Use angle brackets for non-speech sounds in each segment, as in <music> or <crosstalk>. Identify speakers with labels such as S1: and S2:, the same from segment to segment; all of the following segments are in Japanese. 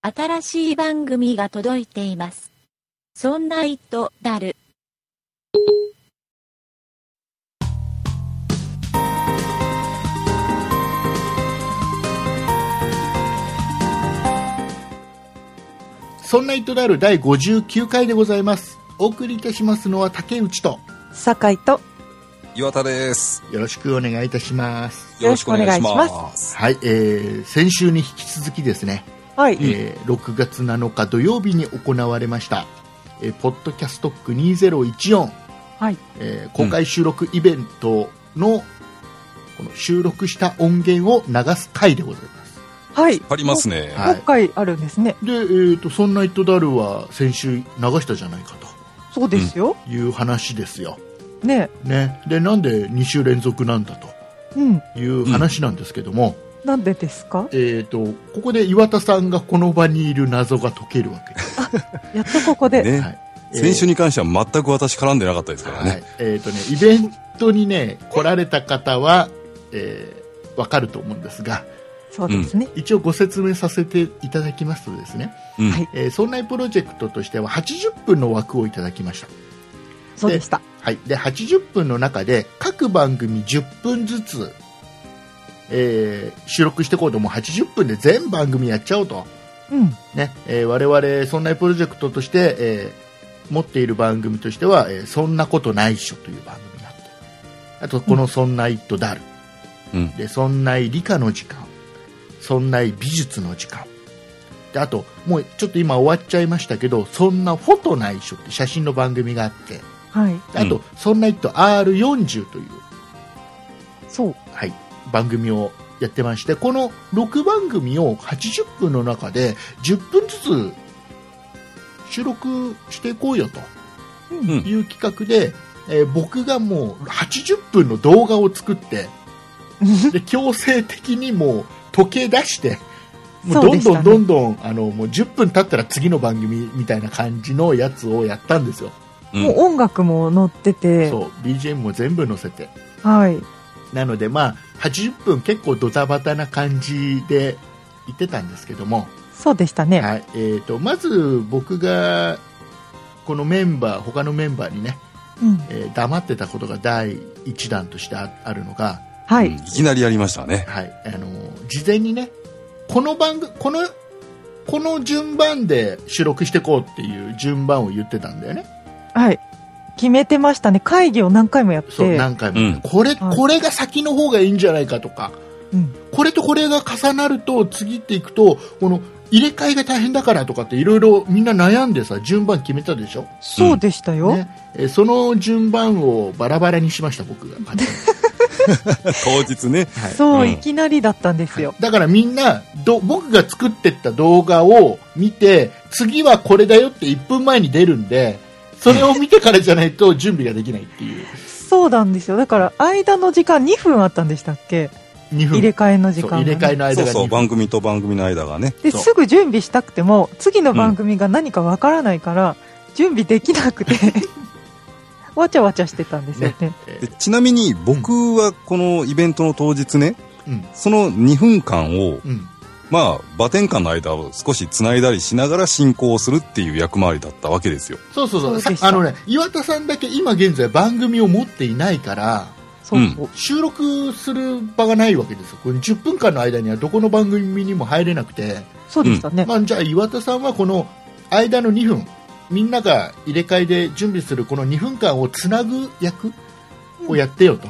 S1: 新しい番組が届いています。そんな糸だる。
S2: そんな糸である第59回でございます。お送りいたしますのは竹内と、
S3: 酒井と
S4: 岩田です。
S2: よろしくお願いいたします。
S3: よろしくお願いします
S4: よろくお願いします。
S2: はい、えー、先週に引き続きですね、
S3: はい、
S2: えー6月7日土曜日に行われました、えーポッドキャストック2014、
S3: はい
S2: えー公開収録イベントの、この収録した音源を流す回でございます。
S3: はい
S4: ありますね。
S2: はい
S3: 今回あるんですね
S2: で、えー、とそんな糸だるは先週流したじゃないか
S3: そうですよ、
S2: という話ですよ、
S3: ね
S2: ね、でなんで2週連続なんだと
S3: うん
S2: いう話なんですけども、
S3: なんでですか
S2: えー、とここで岩田さんがこの場にいる謎が解けるわけです、
S3: やっとここで、
S4: ね、
S2: はい
S4: 先週に関しては全く私絡んでなかったですから
S2: は
S4: ね。
S2: いえーとね、イベントに、ね、来られた方は、えー、わかると思うんですが
S3: そうですね、
S2: 一応ご説明させていただきますとですね、
S4: うん
S3: はい
S2: えー、そんなプロジェクトとしては80分の枠をいただきました
S3: そうでした
S2: はい、で80分の中で各番組10分ずつ、えー収録していこうともう80分で全番組やっちゃおうと、
S3: うん
S2: ねえー我々そんなプロジェクトとして、えー持っている番組としては、えーそんなことないっしょという番組になってあとこの「そんなイットダル」
S4: うん
S2: で「そんない理科の時間」「そんない美術の時間」であともうちょっと今終わっちゃいましたけど「そんなフォトないっしょ」って写真の番組があって
S3: はい
S2: あと、
S4: うん
S2: そんな人 R40 という、
S3: そう
S2: はい、番組をやってまして、この6番組を80分の中で10分ずつ収録していこうよと
S3: うん
S4: うん
S2: いう企画で、えー僕がもう80分の動画を作って、で強制的にもう溶け出して、もう
S3: そう
S2: ど
S3: で
S2: ん
S3: し
S2: どん
S3: たね
S2: どんどん、あのもう10分経ったら次の番組みたいな感じのやつをやったんですよ、
S4: うん
S3: もう音楽も載ってて
S2: そう BGM も全部載せて
S3: はい
S2: なので、まあ、80分結構ドタバタな感じで行ってたんですけども、
S3: そうでしたね、
S2: はいえー、とまず僕がこのメンバー他のメンバーにね、
S3: うん
S2: えー黙ってたことが第一弾としてああるのが、
S3: はい、
S4: うんいきなりやりましたね。
S2: はいあのー事前にねこの番組このこの順番で収録していこうっていう順番を言ってたんだよね。
S3: はい決めてましたね会議を何回もやって
S2: そう、何回も、
S4: うん
S2: これ、
S3: はい
S2: これが先の方がいいんじゃないかとか、
S3: うん
S2: これとこれが重なると次っていくとこの入れ替えが大変だからとかっていろいろみんな悩んでさ順番決めたでしょ、
S3: そうでしたよ、
S2: ねえーその順番をバラバラにしました
S3: <laughs>
S2: 僕が勝手に
S4: 当日ね。
S2: はい
S3: そう、
S4: うん
S3: いきなりだったんですよ、
S2: だからみんなど僕が作ってった動画を見て次はこれだよって1分前に出るんでそれを見てからじゃないと準備ができないっていう
S3: そうなんですよだから間の時間2分あったんでしたっけ、
S2: 2分
S3: <laughs> 入れ替えの時
S2: そう
S3: 間がね、
S2: 入れ替えの
S4: そ
S2: <laughs> 間
S4: う
S2: が
S4: そう、
S2: 2分
S4: 番組と番組の間がね。
S3: で
S2: そう
S3: すぐ準備したくても次の番組が何かわからないから、準備できなく
S2: <laughs>
S3: てわちゃわちゃしてたんですよね
S4: でちなみに僕はこのイベントの当日ね、
S2: うん
S4: その2分間を、
S2: うん
S4: まあ、バテン間の間を少し繋いだりしながら進行をするっていう役回りだったわけですよ。
S2: そうそうそう
S3: そうでし
S2: さあ
S3: た
S2: のね岩田さんだけ今現在番組を持っていないから
S3: そう
S4: うん
S3: そう、
S2: 収録する場がないわけですよ、これ10分間の間にはどこの番組にも入れなくて、
S3: そうでしたね、
S2: まあ、じゃあ岩田さんはこの間の2分、みんなが入れ替えで準備するこの2分間をつなぐ役をやってよと。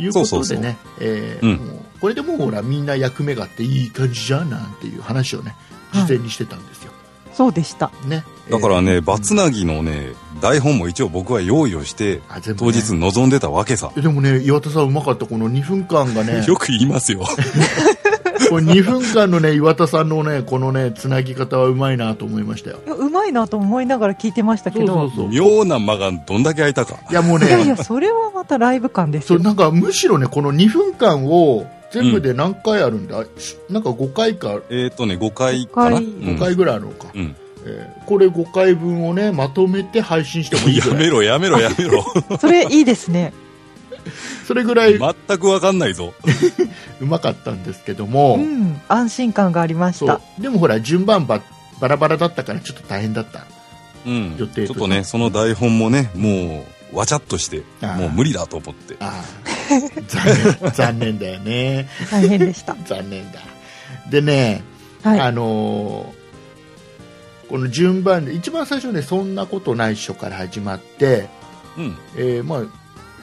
S2: いうこ
S4: そ
S2: と
S4: うそ
S2: で
S4: うそう
S2: ね、えー
S4: うん
S2: もうこれでもうほらみんな役目があっていい感じじゃんなんていう話をね事前にしてたんですよ。
S3: そうでした
S2: ね。
S4: だから
S2: え
S4: ね、
S2: ー
S4: バツナギのね、台本も一応僕は用意をして、
S2: あ全部
S4: 当
S2: ね
S4: 日望んでたわけさ。
S2: えでもね岩田さんうまかったこの2分間が
S4: <laughs>
S2: ね
S4: よく言いますよ。
S2: これ2分間のね岩田さんのねこのねつなぎ方はうまいなと思いましたよ。
S3: いやうまいなと思いながら聞いてましたけ
S2: そう
S3: ど
S2: そうそう。い
S4: 妙な間がどんだけ空いたか。
S2: やもう
S3: いやい
S2: ね、
S3: やそれはまたライブ感です
S2: そ
S3: よ
S2: うなんかむしろねこの2分間を全部で何回あるんだ、しなんか5回か
S4: えっ、とね、5回かな。
S3: 五回
S4: うん
S2: 5回ぐらいあるのか。
S4: うん
S2: えーこれ5回分をねまとめて配信してもいい
S4: や
S2: ぐらい。
S4: めろやめろやめろ。
S3: それいいですね
S2: それぐらいう
S4: 全くわかんないぞ。
S2: まかったんですけども、
S3: うん、安心感がありまし
S2: そ
S3: た
S2: う。でもほら順番ばバラバラだったからちょっと大変だった
S4: うん。
S2: 予定
S4: ち
S2: と
S4: ょっとね、その台本もね、もう、わちゃっとして、
S2: あー
S4: もう無理だと思って。
S2: あ
S3: <laughs>
S2: ー残念残念だよね
S3: 大変で
S2: <laughs>
S3: した。
S2: 残念だでね、
S3: はい。
S2: あのーこの順番で一番最初ね「そんなことないっしょ」から始まって、
S4: うん。
S2: えーまあ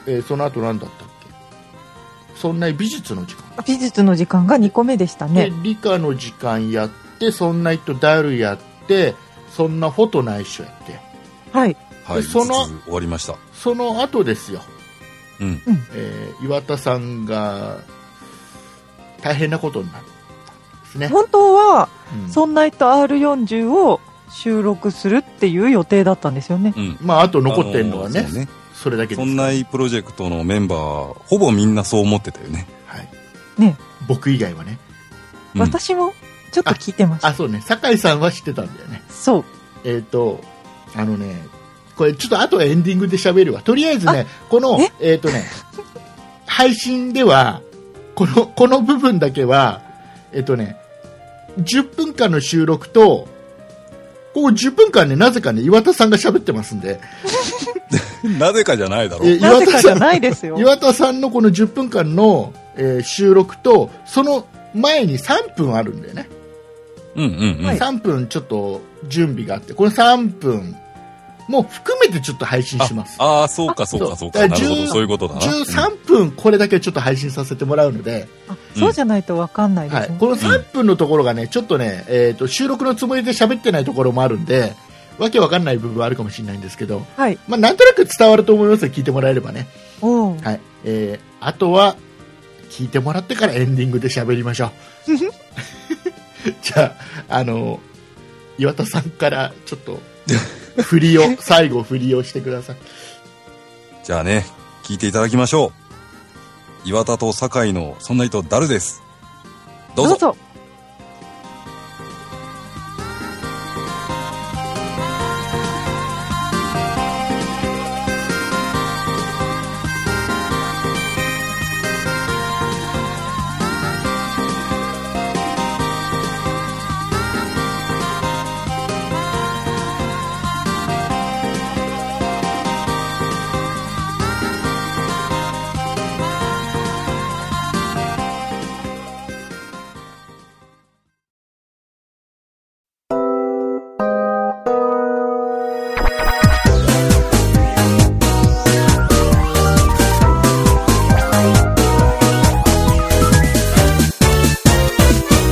S2: えーその後何だったっけそんな美術の時間
S3: 美術の時間が2個目でした
S2: で
S3: ね。
S2: 理科の時間やってそんな人ダルやってそんなフォトないっしょやって
S3: はい。
S4: はい。
S2: その
S4: 五つ終わりました。
S2: その後ですよ、
S4: うん。
S2: えー岩田さんが大変なことになったんですね、
S3: 本当は、
S2: うん
S3: そんな人 R40 を収録するっていう予定だったんですよね。
S4: うん。
S2: まああと残ってるのはね,、
S4: あーそう
S2: それだけです
S4: そんないプロジェクトのメンバー、ほぼみんなそう思ってたよね。
S2: はい
S3: ね
S2: 僕以外はね
S4: うん
S3: 私もちょっと聞いてました。
S2: あそうね酒井さんは知ってたんだよね
S3: そう。
S2: えっ、とあのねこれちょっと後はエンディングで喋るわとりあえずねこの
S3: え
S2: えっ、とね配信ではこのこの部分だけはえっ、とね10分間の収録とここ10分間ねなぜかね岩田さんが喋ってますんで
S4: なぜかじゃないだろ
S2: え
S4: う。
S3: な
S2: 岩
S3: ぜ
S2: 田
S3: かじ
S2: さ
S3: ゃ
S2: ん
S3: ないですよ。
S2: 岩田さんのこの10分間の、えー収録とその前に3分あるんだよね、
S4: うんうんうん。
S2: 3分ちょっと準備があってこの3分も含めてちょっと配信します
S4: ああ、そうかそうかそう
S2: あ
S4: か。なるほ
S2: 10
S4: ど、そういうことだな。
S2: 13分これだけちょっと配信させてもらうので、
S3: あそうじゃないとわかんないです
S2: はい、
S3: ね。
S2: この3分のところがねちょっとね、えー、と収録のつもりで喋ってないところもあるんでわけわかんない部分はあるかもしれないんですけど、
S3: はい。
S2: まあ、なんとなく伝わると思いますよ聞いてもらえればね、
S3: おお。
S2: はいえー、あとは聞いてもらってからエンディングで喋りまし <laughs> ょうじゃああの岩田さんからちょっと振 <laughs> りを最後振りをしてください
S4: じゃあね、聞いていただきましょう。岩田と酒井の、そんな人誰です。どう
S3: ど
S4: ぞ
S3: う。ぞ。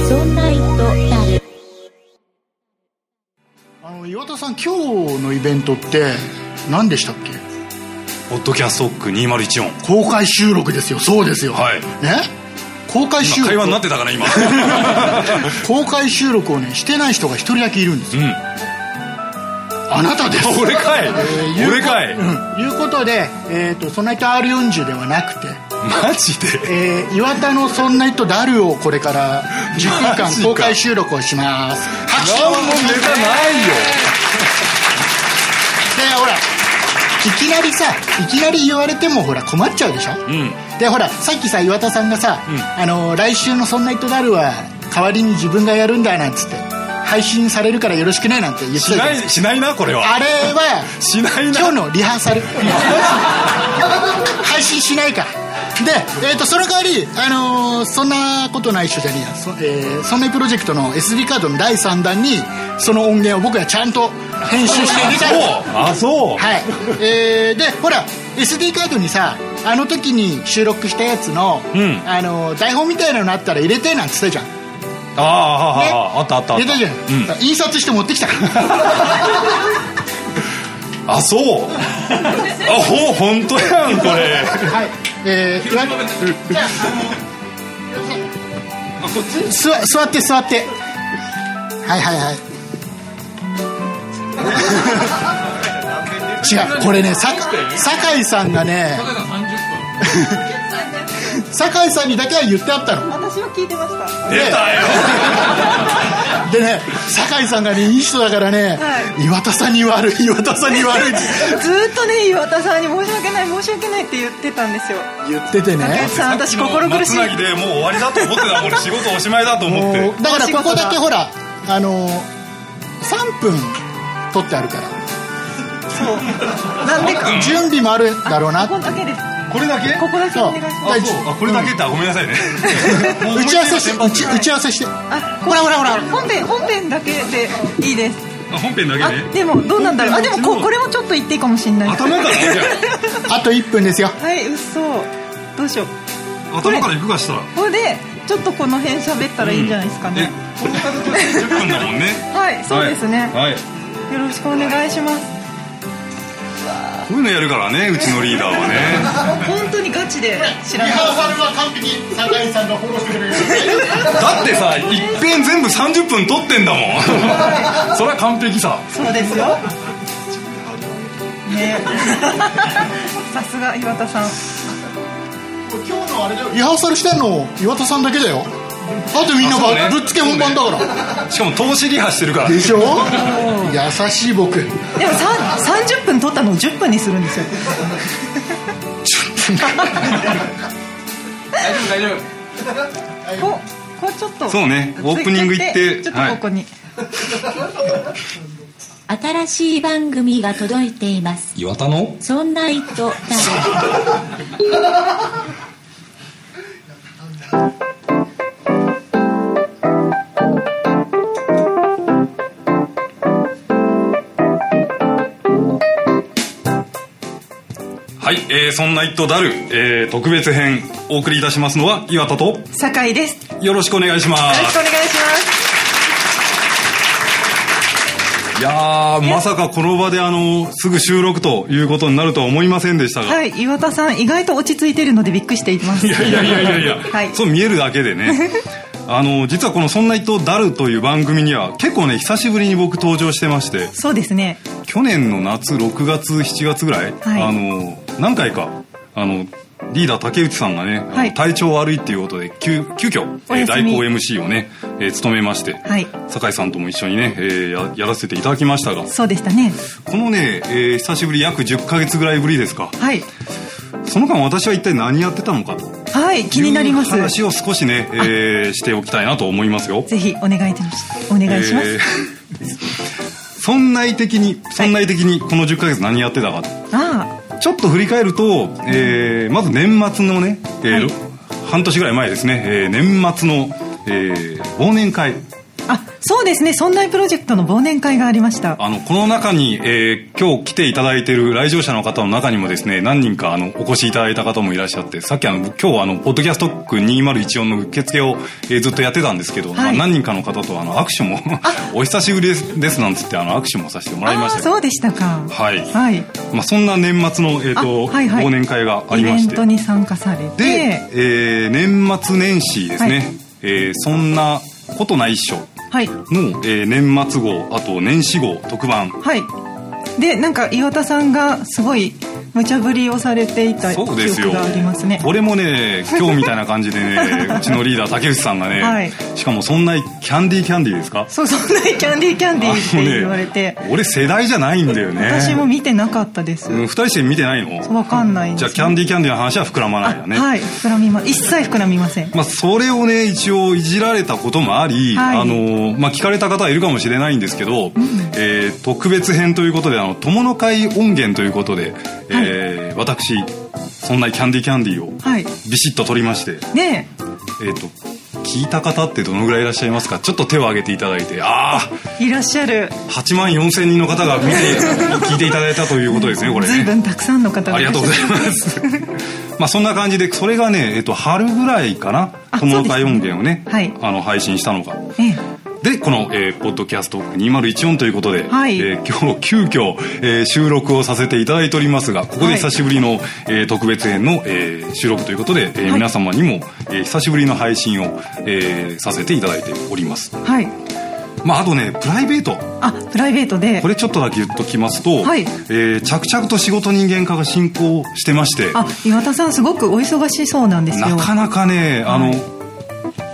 S1: そんな糸だる。
S2: あの岩田さん今日のイベントって何でしたっけ
S5: ポッドキャストオック2014
S2: 公開収録ですよそうですよ
S5: はい
S2: ね公開収
S5: 今会話になっ
S2: 録
S5: てたかな今
S2: 公開収録をねしてない人が一人だけいるんですよ、
S5: うん
S2: あなたです
S5: <laughs> 俺かい
S2: いう
S5: 俺かい
S2: うんいうことで、えー、とそんな人 R40 ではなくて、
S5: マジで
S2: えー岩田のそんな人ダルをこれから10分間
S5: マジか
S2: 公開収録をします拍手
S5: 何もネタないよ
S2: でほらいきなりさいきなり言われてもほら困っちゃうでしょ、
S5: うん
S2: でほらさっきさ岩田さんがさ、
S5: うん
S2: あの来週の「そんな人だる」は代わりに自分がやるんだなんつって配信されるからよろしくねなんて言って
S5: した
S2: じゃん
S5: ないしないなこれは
S2: あれは
S5: しない
S2: 今日
S5: な
S2: のリハーサ
S5: <laughs>
S2: ル配信しないからで、えー、とその代わり、あのーそんなことないっしょじゃねえやそ,、えーそんなプロジェクトの SD カードの第3弾にその音源を僕はちゃんと編集して入れたい
S5: あそう
S2: はい、えーでほら SD カードにさあの時に収録したやつの、
S5: うん
S2: あの台本みたいなのあったら入れてなんつってたじゃん
S5: ああ
S2: ね
S5: ああああったあったあっ
S2: 入れたじゃん、
S5: た
S2: 印刷して持ってきたから
S5: うんあそうあほう本当やんこれ
S2: はいえー、いわじゃああの座座って座ってはいはいはい違うこれねさ酒井さんがね酒井さんにだけは言ってあったの
S3: 私は聞いてました。
S5: 出たよ
S2: でね酒井さんがねいい人だからね、岩田さんに悪い岩田さんに悪いって
S3: ずーっとね岩田さんに申し訳ない申し訳ないって言ってたんですよ
S2: 言っててね
S3: 酒井さん私心苦しい
S5: 松なぎでもう終わりだと思ってた俺仕事おしまいだと思って
S2: もうだからここだけほらあのー、3分取ってあるから
S3: そうなんでか
S2: 準備もあるだろうな
S3: ここだけです
S5: これだけ
S3: ここだけお願いしま
S5: あ
S2: 大
S3: す
S5: そうあこれだけってあごめんなさいねもう
S2: 打ち合わせして
S5: 思
S2: 打
S5: いっき
S2: ち
S5: り
S2: 打ち合わせして
S3: あ
S2: ほらほらほら
S3: 本編本編だけでいいです
S5: あ本編だけ
S3: あ
S5: ね
S3: でもどうなんだろうあでもここれもちょっと言っていいかもしれない
S5: 頭からじゃ
S2: あと1分ですよ
S3: はい嘘どうしよう
S5: あ頭から行くかしたら
S3: これでちょっとこの辺喋ったらいいんじゃないですかね、
S5: えこの家族10分だもんね
S3: はいそうですね、
S5: はいはい
S3: よろしくお願いします
S5: こういうのやるからねうちのリーダーはね
S3: 本当にガチで知らない
S2: サルは完璧酒井さんがフォローしてくれる
S5: だってさいっぺん全部30分撮ってんだも <laughs> んそれは完璧さ
S3: そうですよねさすが岩田さん
S2: 今日のあれだよリハーサルしてんの岩田さんだけだよあとみんな
S5: あそうね
S2: がぶっつけ本番だから、
S5: しかも投資リハしてるから
S2: でしょ優しい僕
S3: でもさ30分撮ったのを10分にするんですよ
S5: 大丈夫
S3: ここうちょっと
S5: そうねオープニング行って
S3: ちょっとここに、
S1: 新しい番組が届いています。
S4: 岩田の
S1: そんな糸だら。
S5: はい、えー、そんな一途だる、えー、特別編お送りいたしますのは岩田と
S3: 酒井ですよ
S5: よろしくお願いしま
S3: ろしく
S5: す
S3: お願いします
S5: いやーまさかこの場であのすぐ収録ということになるとは思いませんでしたが、
S3: はい岩田さん意外と落ち着いてるのでびっくりしています
S5: いやいやいやいやい <laughs> や、
S3: はい
S5: そう見えるだけで <laughs> ねあの実はこの「そんな人だる」という番組には結構ね久しぶりに僕登場してまして
S3: そうですね
S5: 去年の夏6月7月ぐらい、
S3: はい
S5: あの何回かあのリーダー竹内さんがね、あの
S3: はい
S5: 体調悪いっていうことで急急遽、
S3: お
S5: え
S3: 休
S5: ー代
S3: み
S5: 行 MC をね、えー務めまして、
S3: はい
S5: 酒井さんとも一緒にね、えーややらせていただきましたが
S3: そうでしたね
S5: このね、えー久しぶり約10ヶ月ぐらいぶりですか
S3: はい
S5: その間私は一体何やってたのかと
S3: はい気になります
S5: いう話を少しね、えーしておきたいなと思いますよ
S3: ぜひお願いいたしますお願いします、
S5: えー <laughs> そんな意的にそんな意的にこの10ヶ月何やってたかと
S3: あ
S5: ちょっと振り返ると、えーまず年末のね、えー
S3: はい
S5: 半年ぐらい前ですね、えー年末の、えー忘年会
S3: ああそうですね「そんなプロジェクト」の忘年会がありました
S5: あのこの中に、えー今日来ていただいている来場者の方の中にもですね何人かあのお越しいただいた方もいらっしゃってさっきあの今日あのポッドキャストック2014の受付を、えーずっとやってたんですけど、
S3: はい
S5: まあ、何人かの方とあの握手も <laughs> お久しぶりですですなんつってあの握手もさせてもらいま
S3: あ
S5: し
S3: あ
S5: たけど
S3: そうでしたか
S5: はい
S3: はい
S5: まあ、そんな年末の、えーと
S3: あはいはい
S5: 忘年会があ
S3: イ
S5: りま
S3: ベ
S5: し
S3: ン
S5: て
S3: トに参加されて
S5: で、えー年末年始ですね、
S3: はい
S5: えーそんなことないっしょ
S3: はい
S5: の、えー年末号あと年始号特番
S3: はいでなんか岩田さんがすごい無茶ぶりをされていた記
S5: そうですよ
S3: 憶がありますね
S5: これ
S3: <laughs>
S5: もね今日みたいな感じでねうちのリーダー竹内さんがね、
S3: はい
S5: しかもそんなキャンディーキャンディーですか
S3: そうそんなキャンディーキャンディーって言われて、
S5: あのね俺世代じゃないんだよね
S3: 私も見てなかったです、
S5: うん二人して見てないの
S3: わかんないん
S5: じ
S3: です
S5: ゃあキャンディーキャンディーの話は膨らまないよね、
S3: はい膨らみま一切膨らみません
S5: まあ、それをね一応いじられたこともあり、
S3: はい
S5: あのまあ、聞かれた方はいるかもしれないんですけど、えー特別編ということであの友の会音源ということで、えー私そんなキャンディーキャンディーを
S3: はい
S5: ビシッと取りまして、
S3: ね
S5: えー、と聞いた方ってどのぐらいいらっしゃいますかちょっと手を挙げていただいてああ
S3: えいらっしゃる
S5: 8万4千人の方が見て <laughs> 聞いていただいたということですねこれ
S3: ずいぶ
S5: ね
S3: んたくさんの方が
S5: ありがとうございます
S3: <laughs>
S5: まあそんな感じでそれがね、えっと、春ぐらいかな
S3: あ
S5: 友
S3: そう
S5: の
S3: です
S5: 会
S3: ね
S5: 音源をね、
S3: はい
S5: あの配信したのが
S3: ええ
S5: でこの、えーポッドキャスト2014ということで、
S3: はい
S5: えー今日急遽、えー収録をさせていただいておりますがここ
S3: は
S5: で
S3: い
S5: 久しぶりの、えー特別編の、えー収録ということで、えー
S3: はい
S5: 皆様にも、えー久しぶりの配信を、えーさせていただいております、
S3: はい
S5: まあ、あとねプライベート
S3: あプライベートで
S5: これちょっとだけ言っときますと、
S3: はい
S5: えー着々と仕事人間化が進行してまして
S3: あ岩田さんすごくお忙しそうなんですよ
S5: なかなかねあの、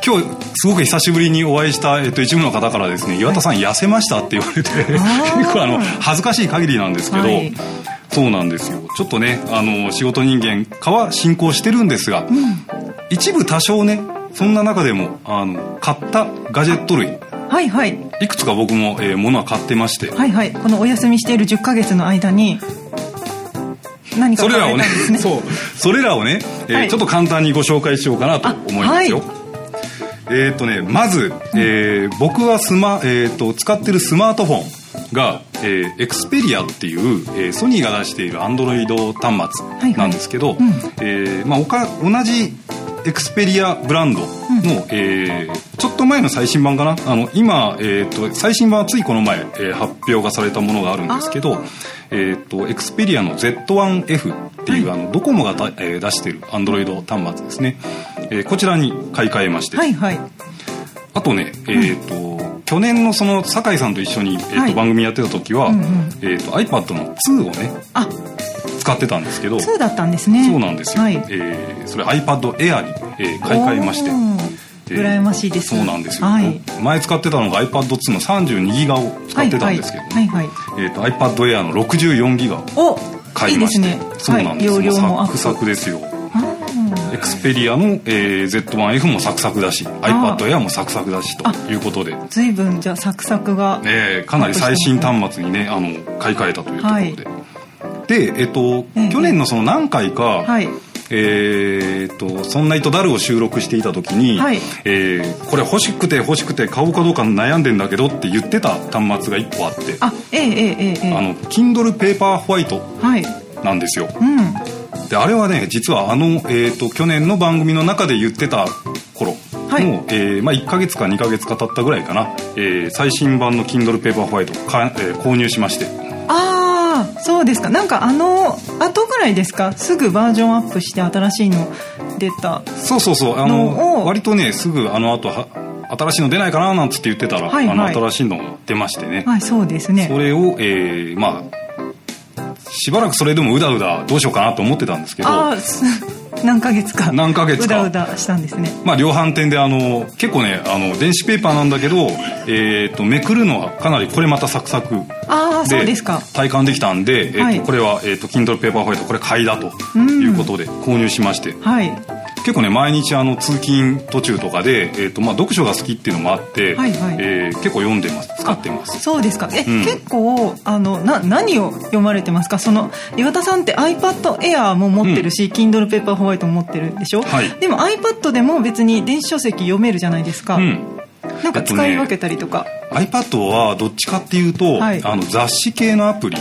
S5: 今日すごく久しぶりにお会いした、えっと、一部の方からですね岩田さん痩せましたって言われて結構あの恥ずかしい限りなんですけど、
S3: はい
S5: そうなんですよちょっとねあの仕事人間化は進行してるんですが、一部多少ねそんな中でもあの買ったガジェット類
S3: はいはい
S5: いくつか僕も、えー、ものは買ってまして、
S3: はいはいこのお休みしている10ヶ月の間に何か
S5: それら
S3: 買われた
S5: をね
S3: んですね
S5: そうそれらをね、えー
S3: はい
S5: ちょっと簡単にご紹介しようかなと思いますよ、
S3: あ
S5: えーっとねまず、えー僕はスマ、えーっと使ってるスマートフォンが、えー、エクスペリアっていう、えーソニーが出しているアンドロイド端
S3: いはい
S5: 末なんですけど、
S3: ん
S5: えーまあ、おか同じエクスペリアブランドの、えーちょっと前の最新版かなあの今、えー、と最新版はついこの前、えー発表がされたものがあるんですけどえー、とエクスペリアの Z1F っていう、あのドコモがだ、えー出してるアンドロイド端末ですね、えーこちらに買い替えまして、
S3: はいはい
S5: あとね、えーと去年のその酒井さんと一緒に、えーと
S3: はい
S5: 番組やってた時は、
S3: うんうん
S5: えー、と iPad の2をね
S3: あ
S5: 使ってたんですけど
S3: 2だったんですね
S5: そうなんですよ、
S3: はい、
S5: えーそれ iPad Air に、えー買い替えまして
S3: おー
S5: えー
S3: 羨ましいです
S5: そうなんですよ、
S3: はい
S5: 前使ってたのが iPad2 の32ギガを使ってたんですけど、
S3: はいはい、はいはい
S5: えー、と iPad Air の64ギガを
S3: お
S5: 買い
S3: い
S5: ま
S3: で
S5: し
S3: す
S5: て
S3: ね
S5: そうなんですよ、
S3: はい、容量もア
S5: サック
S3: ッ
S5: サ
S3: プ
S5: クですよ
S3: あ
S5: エクスペリアの、えー Z1F もサクサクだし iPad Air もサクサクだしと
S3: あ
S5: いうことで、
S3: ずいぶんじゃあサクサクが、
S5: えーかなり最新端末にねあの買い替えたというところで、で、えっと
S3: ええ
S5: 去年のその何回か、
S3: はい
S5: えーっと「そんな糸だる」を収録していた時に、
S3: はい
S5: えーこれ欲しくて欲しくて買おうかどうか悩んでんだけどって言ってた端末が1個あってあ
S3: あええええええええ
S5: の Kindle ペーパーホワイト
S3: はい
S5: なんですよ
S3: うん
S5: であれはね実はあの、えーっと去年の番組の中で言ってた頃の、
S3: はい
S5: えーまあ、1ヶ月か2ヶ月か経ったぐらいかな、えー最新版の Kindle ペーパーホワイトか、えー購入しまして
S3: ああそうですかなんかあの後ぐらいですかすぐバージョンアップして新しいの出た
S5: そうそうそうあ
S3: の
S5: の
S3: を
S5: 割とねすぐあの後は新しいの出ないかななんつって言ってたら、
S3: はいはい
S5: あの新しいのが出ましてね、
S3: はいそうですね
S5: それを、えーまあしばらくそれでもうだうだどうしようかなと思ってたんですけど
S3: ああす何ヶ月か
S5: 何ヶ月か
S3: うだうだしたんですね
S5: まあ、量販店であの結構ねあの電子ペーパーなんだけど、えー、とめくるのはかなりこれまたサクサク
S3: ああそうですか
S5: 体感できたんで、えーと
S3: はい
S5: これは、えー、と Kindle ペーパーホワイトこれ買いだと
S3: うん
S5: いうことで購入しまして、
S3: はい
S5: 結構ね毎日あの通勤途中とかで、えーとまあ、読書が好きっていうのもあって、
S3: はいはい
S5: えー結構読んでます使ってます
S3: そうですかえ、
S5: うん
S3: 結構あのな何を読まれてますかその岩田さんって iPad Air も持ってるし、Kindle ペーパーホワイトも持ってるでしょ、
S5: はい
S3: でも iPad でも別に電子書籍読めるじゃないですか、
S5: うん
S3: なんか使い分けたりとか
S5: iPad はどっちかっていうと、
S3: はい
S5: あの雑誌系のアプリ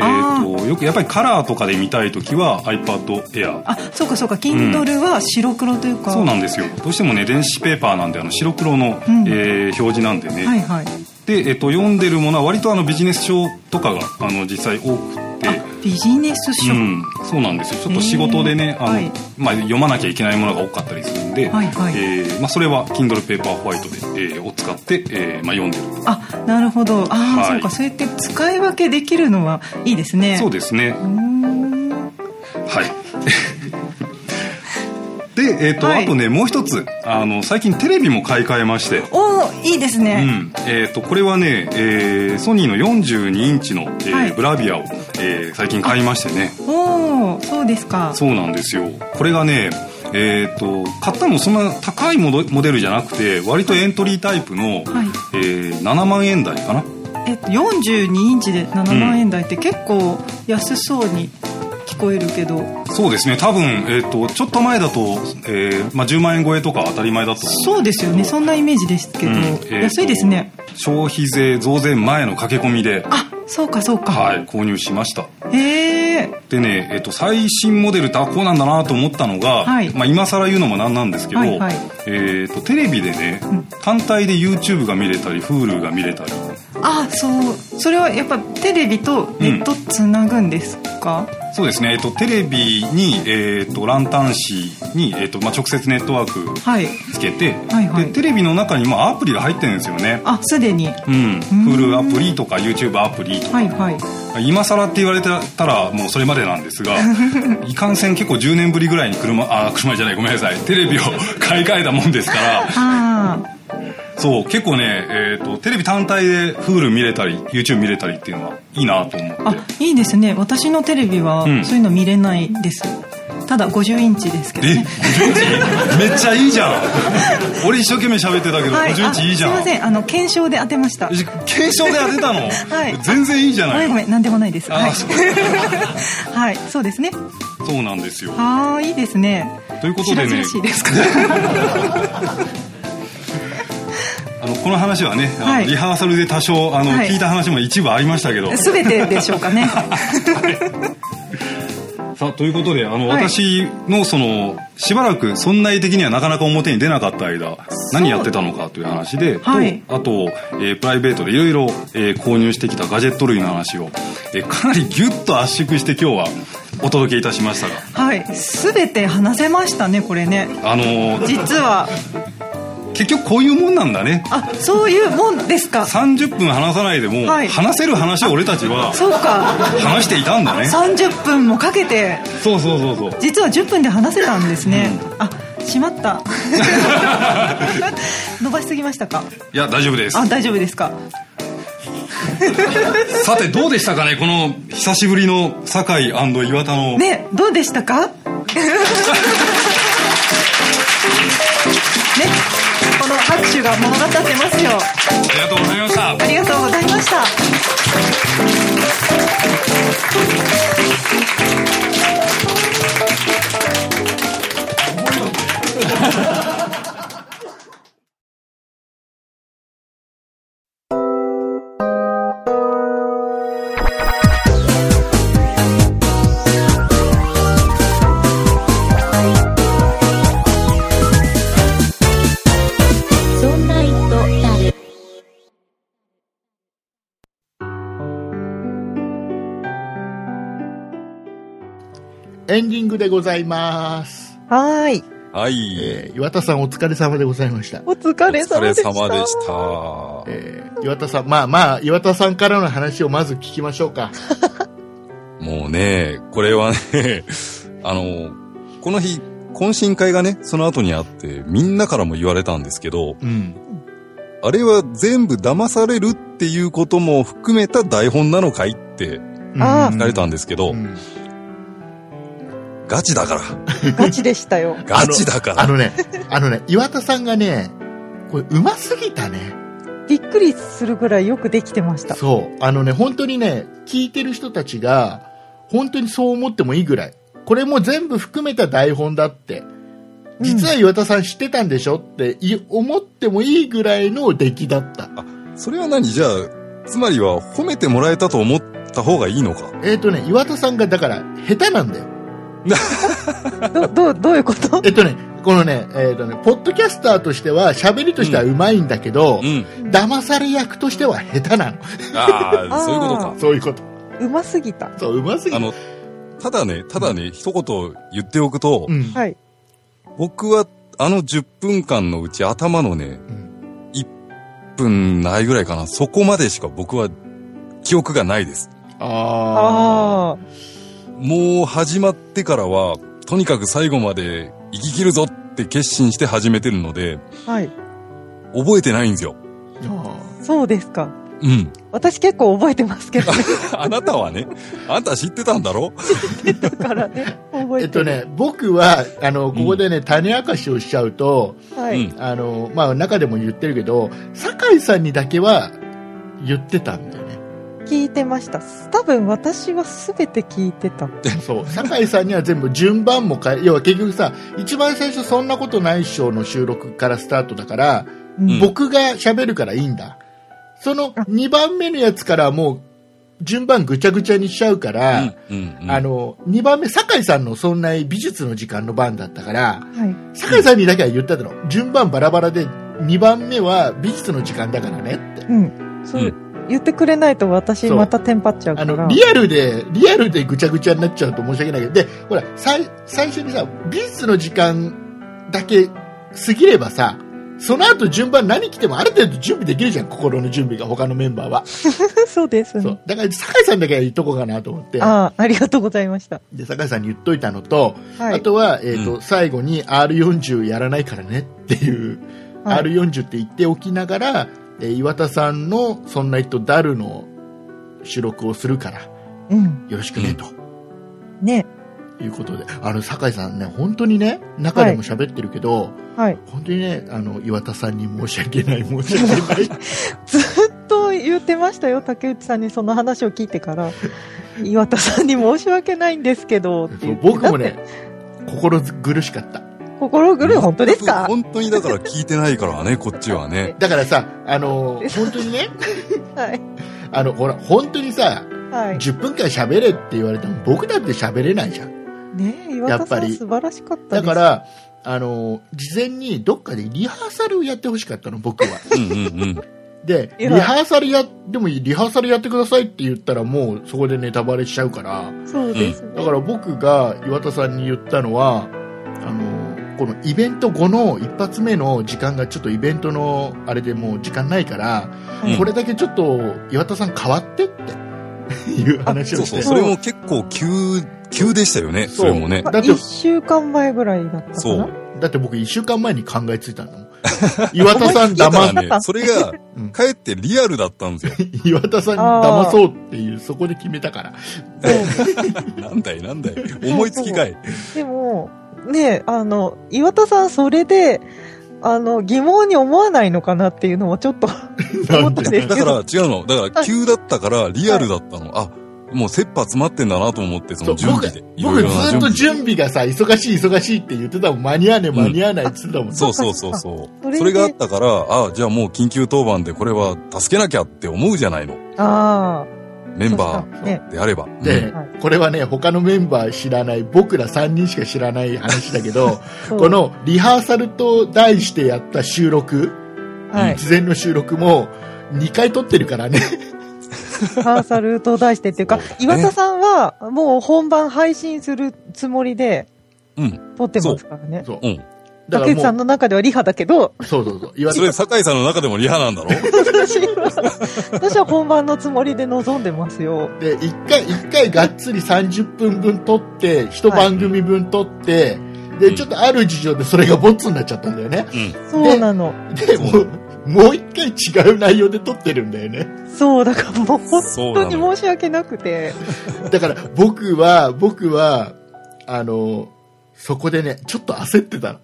S5: えー、とよくやっぱりカラーとかで見たい時は iPad Air
S3: あそうかそうか Kindle は白黒というか、
S5: そうなんですよどうしてもね電子ペーパーなんであの白黒の、
S3: うん
S5: えー表示なんでね、
S3: はいはい
S5: で、えっと読んでるものは割とあのビジネス書とかがあの実際多くて
S3: あビジネス書、
S5: うん、そうなんですよちょっと仕事でね、
S3: えー
S5: あの
S3: はい
S5: まあ、読まなきゃいけないものが多かったりするんで、
S3: はいはい
S5: えーまあ、それは Kindle ペーパーホワイトで、えーを使って、えーまあ、読んでると
S3: あなるほどああ、
S5: はい
S3: そうかそうやって使い分けできるのはいいですね
S5: そうですね
S3: うーん
S5: はい <laughs> で、えーと
S3: はい
S5: あとねもう一つあの最近テレビも買い替えまして、
S3: おおいいです
S5: う
S3: ね、
S5: んえー、とこれはね、えーソニーの42インチの、えー
S3: はい
S5: ブラビアを、えー最近買いましてね
S3: おおそうですか
S5: そうなんですよこれがねえー、と買ったのもそんな高いモドモデルじゃなくて割とエントリータイプの、
S3: はい
S5: えー7万円台かな
S3: えっと、42インチで7万円台って結構安そうに聞こえるけど、
S5: そうですね多分、えー、とちょっと前だと、えーまあ、10万円超えとか当たり前だと
S3: そうですよねそんなイメージですけど、
S5: うんえーと
S3: 安いですね
S5: 消費税増税前の駆け込みで、
S3: あそうかそうか、
S5: はい、購入しました
S3: えー
S5: でね、えー、と最新モデルってあこうなんだなと思ったのが、
S3: はい
S5: まあ、今更言うのもなんなんですけど、
S3: はいはい
S5: えー、とテレビでね、
S3: うん
S5: 単体で YouTube が見れたり Hulu が見れたり
S3: あそうそれはやっぱテレビとネットつなぐんですか、
S5: そうですね、えっと、テレビに、えっとランタン紙に、えっとまあ、直接ネットワーク
S3: はい
S5: つけて、
S3: はいはい
S5: でテレビの中に、まあ、アプリが入ってるんですよね。
S3: あすでに
S5: うん、Hulu アプリとか YouTube アプリとか
S3: はいはい
S5: 今更って言われたらもうそれまでなん
S3: <laughs>
S5: ですがいかんせん結構10年ぶりぐらいに車あ車じゃないごめんなさいテレ
S3: <laughs>
S5: ビを買い替えたもんですか
S3: あ
S5: ら
S3: あ
S5: そう結構ね、えー、とテレビ単体で Hulu 見れたり YouTube 見れたりっていうのはいいなと思って
S3: あいいですね私のテレビは
S5: うん
S3: そういうの見れないです、ただ50インチですけど
S5: え
S3: ね
S5: めっちゃいいじゃん俺一生懸命喋ってたけど
S3: はい、
S5: 51いいじゃん
S3: あすいませんあの検証で当てました
S5: え検証で当てたの、
S3: はい
S5: 全然いいじゃ
S3: ご
S5: な
S3: めん
S5: い
S3: ごめん何でもないです
S5: あ
S3: はい、
S5: そう
S3: はい、 <laughs> そうですね
S5: そうなんですよ
S3: ああいいですね
S5: ということ
S3: 白
S5: でね
S3: 々しいですか
S5: あのこの話はね、あの
S3: はい
S5: リハーサルで多少あの、
S3: はい
S5: 聞いた話も一部ありましたけど
S3: 全てでしょうかね
S5: さあということであの、
S3: はい
S5: 私のそのしばらくそんな意的にはなかなか表に出なかった間何やってたのかという話で、
S3: はい
S5: とあと、えープライベートでいろいろえー購入してきたガジェット類の話を、えーかなりギュッと圧縮して今日はお届けいたしましたが
S3: はい全て話せましたねこれね
S5: あのー
S3: 実は
S5: 結局こういうもんなんだね
S3: あそういうもんですか
S5: 30分話さないでも、
S3: はい
S5: 話せる話を俺たちは
S3: そうか
S5: 話していたんだね
S3: 30分もかけて
S5: そうそうそうそう
S3: 実は10分で話せたんですね、あしまった <laughs> 伸ばしすぎましたか
S5: いや大丈夫です
S3: あ大丈夫ですか
S5: さてどうでしたかねこの久しぶりの酒井岩田の、
S3: ねどうでしたかねこの拍手が物語ってますよ
S5: ありがとうございました
S3: ありがとうございました
S1: そんな糸だる。
S2: エンディングでございます、
S3: はーい
S4: はい、
S2: えー岩田さんお疲れ様でございました
S3: お疲れ
S4: お疲
S3: 様
S4: れ
S3: でした
S4: 様でした。
S2: えー岩田さん、まあまあ、岩田さんからの話をまず聞きましょうか。
S4: もうね、これはね、 <laughs> あの、この日、懇親会がね、その後にあって、みんなからも言われたんですけど、
S2: うん。
S4: あれは全部騙されるっていうことも含めた台本なのかいって
S3: あー
S4: 聞かれたんですけど、
S2: うん
S4: ガチ
S2: <laughs>
S4: だから。
S3: ガチでしたよ
S4: ガチだか
S2: あ
S4: ら。
S2: のね、あのね、岩田さんがね、これ、うますぎたね。
S3: びっくりするぐらいよくできてました
S2: そう。あのね、本当にね、聞いてる人たちが、本当にそう思ってもいいぐらい。これも全部含めた台本だって。実は岩田さん知ってたんでしょってい思ってもいいぐらいの出来だった。
S4: それは何じゃあ、つまりは褒めてもらえたと思った方がいいのか。
S2: えっ、とね、岩田さんがだから下手なんだよ。
S3: どどうどういうこと
S2: えっ、とね、このね、えっ、とね、ポッドキャスターとしては喋りとしては上手いんだけど、
S4: うん。
S2: 騙され役としては下手なの。
S4: ああ、そういうこと
S3: あ
S4: か。
S2: <laughs> そういうこと。
S3: うますぎた
S2: そう、うますぎ
S4: あ
S2: る。
S4: の、ただね、ただね、一言言っておくと、
S2: うん。
S3: はい
S4: 僕はあの10分間のうち頭のね、
S2: うん
S4: 1分ないぐらいかな。そこまでしか僕は記憶がないです。
S2: ああ。
S3: あ
S4: もう始まってからは、とにかく最後まで生き切るぞって決心して始めてるので、
S3: あはい
S4: 覚えてないんですよ。
S3: そうですか
S4: うん。 <laughs>
S3: 私結構覚えてますけどね
S4: あなたはね、あんた知ってたんだろ
S3: だからね覚
S2: え
S3: え
S2: ってと
S3: る
S2: ね、僕は、あの、ここでね、種明かしをしちゃうと、
S3: は
S4: う
S3: い
S4: ん。
S2: あの、まあ、中でも言ってるけど、酒井さんにだけは言ってたんだよね。
S3: 聞いてました多分私は全て聞いてた
S2: そう。酒井さんには全部順番も変え、要は結局さ、一番最初そんなことないっしょの収録からスタートだから、
S4: ん
S2: 僕が喋るからいいんだ。その2番目のやつからもう順番ぐちゃぐちゃにしちゃうから、
S4: うんうん
S2: あの、2番目、酒井さんのそんな美術の時間の番だったから、
S3: はい
S2: 酒井さんにだけは言っただろ。順番バラバラで、2番目は美術の時間だからねって。
S3: うんそう、
S4: う
S3: 言ってくれないと私
S2: そう
S3: またテンパっちゃうか
S2: あ
S3: ら
S2: の、。リアルで、リアルでぐちゃぐちゃになっちゃうと申し訳ないけど、で、ほら、最、最初にさ、美術の時間だけ過ぎればさ、その後順番何来てもある程度準備できるじゃん、心の準備が、他のメンバーは。
S3: そうです
S2: そ
S3: ね
S2: う。。だから、酒井さんだけは言っとこうかなと思って、
S3: ああ、ありがとうございました。
S2: で、酒井さんに言っといたのと、
S3: はい。
S2: あとは、えっ、と、
S4: う
S2: 最後に R40 やらないからねっていう、
S3: はい
S2: R40 って言っておきながら、えー岩田さんのそんな人ダルの収録をするから、
S3: うん。
S2: よろしくね、と。
S3: ね。
S2: いうことで、あの、酒井さんね、本当にね、中でも喋ってるけど、
S3: はい。
S2: 本当にね、あの、岩田さんに申し訳ない、 <laughs> 申し訳ない。
S3: ずっと言ってましたよ、竹内さんにその話を聞い
S2: <laughs>
S3: てから。岩田さんに申し訳ないんですけど、って
S2: そう
S3: 言って
S2: 僕も。
S3: だ
S2: ね
S3: <laughs> って、
S2: 心苦しかった。
S3: 心狂い、本当ですか
S4: 本当にだから聞いてないからね、 <laughs> こっちはね。
S2: だからさ、あの、本当にね、
S3: はい。
S2: あの、ほら、本当にさ、
S3: はい。
S2: 10分間喋れって言われても、僕だって喋れないじゃん。
S3: ねえ岩田さ
S2: やっぱ
S3: ん
S2: り
S3: 素晴らしかった
S2: だ
S3: です。
S2: から、あの、事前にどっかでリハーサルをやってほしかったの、僕は。
S4: うんうんうん。
S2: で、
S3: い
S2: リ
S3: や
S2: ハーサルや、でもいい、リハーサルやってくださいって言ったら、もうそこでネタバレしちゃうから、
S3: そうですね。
S2: だから僕が岩田さんに言ったのはあのこのイベント後の一発目の時間がちょっとイベントのあれでもう時間ないから、
S4: うん
S2: これだけちょっと岩田さん変わってって
S4: <laughs>
S2: いう話を
S4: そう
S2: し
S4: そう、
S2: て
S4: それも結構急、急でしたよね、そ
S2: そう
S4: れもね
S3: ま。あ
S2: だって
S3: 一週間前ぐらいだったかな。
S4: そう。
S2: だって僕1週間前に考えついたの
S4: <laughs>
S2: 岩田さん
S4: だ
S2: 騙
S4: か
S2: す
S4: らね、それが
S2: うん、
S4: かえってリアルだったんですよ。
S2: 岩田さんに騙そうっていうそこで決めたから
S3: そう
S4: なんだいなんだい。思いつきかい。
S3: でも、ねえあの、岩田さんそれで、あの、疑問に思わないのかなっていうのもちょっと
S2: な
S3: 思
S2: ん
S3: ったん
S2: で
S3: です
S4: だ
S3: け
S4: か
S3: ど。
S4: ら違うの。だから急だったからリアルだったの。あ、もう切羽詰まってんだなと思って、そ
S2: そ
S4: の
S2: う
S4: 準備で。
S2: 僕
S4: いろいろな
S2: ずっと準備がさ忙しい忙しいって言ってたもん間に合わねえ間に合わないって言ってたもんね、
S4: そうそうそうそ
S3: そ
S4: う。そ
S3: っかそっか
S4: れがあったから、あ、じゃあもう緊急当番でこれは助けなきゃって思うじゃないの。
S3: ああ。
S4: メンバ
S3: そうしたね。
S4: ーであれば。
S2: で、
S3: は
S2: これはね、他のメンバー知らない、僕ら3人しか知らない話だけど、
S3: <laughs> そう
S2: こ、のリハーサルと題してやった収録、
S3: はい。
S2: 事前の収録も2回撮ってるからね。
S3: ハーサルと題してってい
S2: <laughs>
S3: うか、
S4: そうだね
S3: 岩田さんはもう本番配信するつもりで
S4: うん。
S3: 撮ってますからね。
S2: そう
S4: うん。
S2: だか
S3: <laughs> 竹内さ
S2: ら
S3: ん
S2: も
S3: の中ではリハだけど、 <laughs>
S2: う、そうそうそう。岩
S4: それ、酒井さんの中でもリハなんだろ
S3: 私は、私は本番のつもりで臨んでますよ。
S2: で、1回、一回がっつり30分分撮って、1番組分撮って、
S4: う
S2: で、
S4: ん
S2: ちょっとある事情でそれがボツになっちゃったんだよね。
S4: うん。
S3: そうなの。
S2: で、もう、もう1回違う内容で撮ってるんだよね。
S3: そう、だからもう本
S4: そう
S3: 当
S4: な
S3: に
S4: の。
S3: 申し訳なくて。
S2: だから僕は、僕は、あの、そこでね、ちょっと焦ってたの。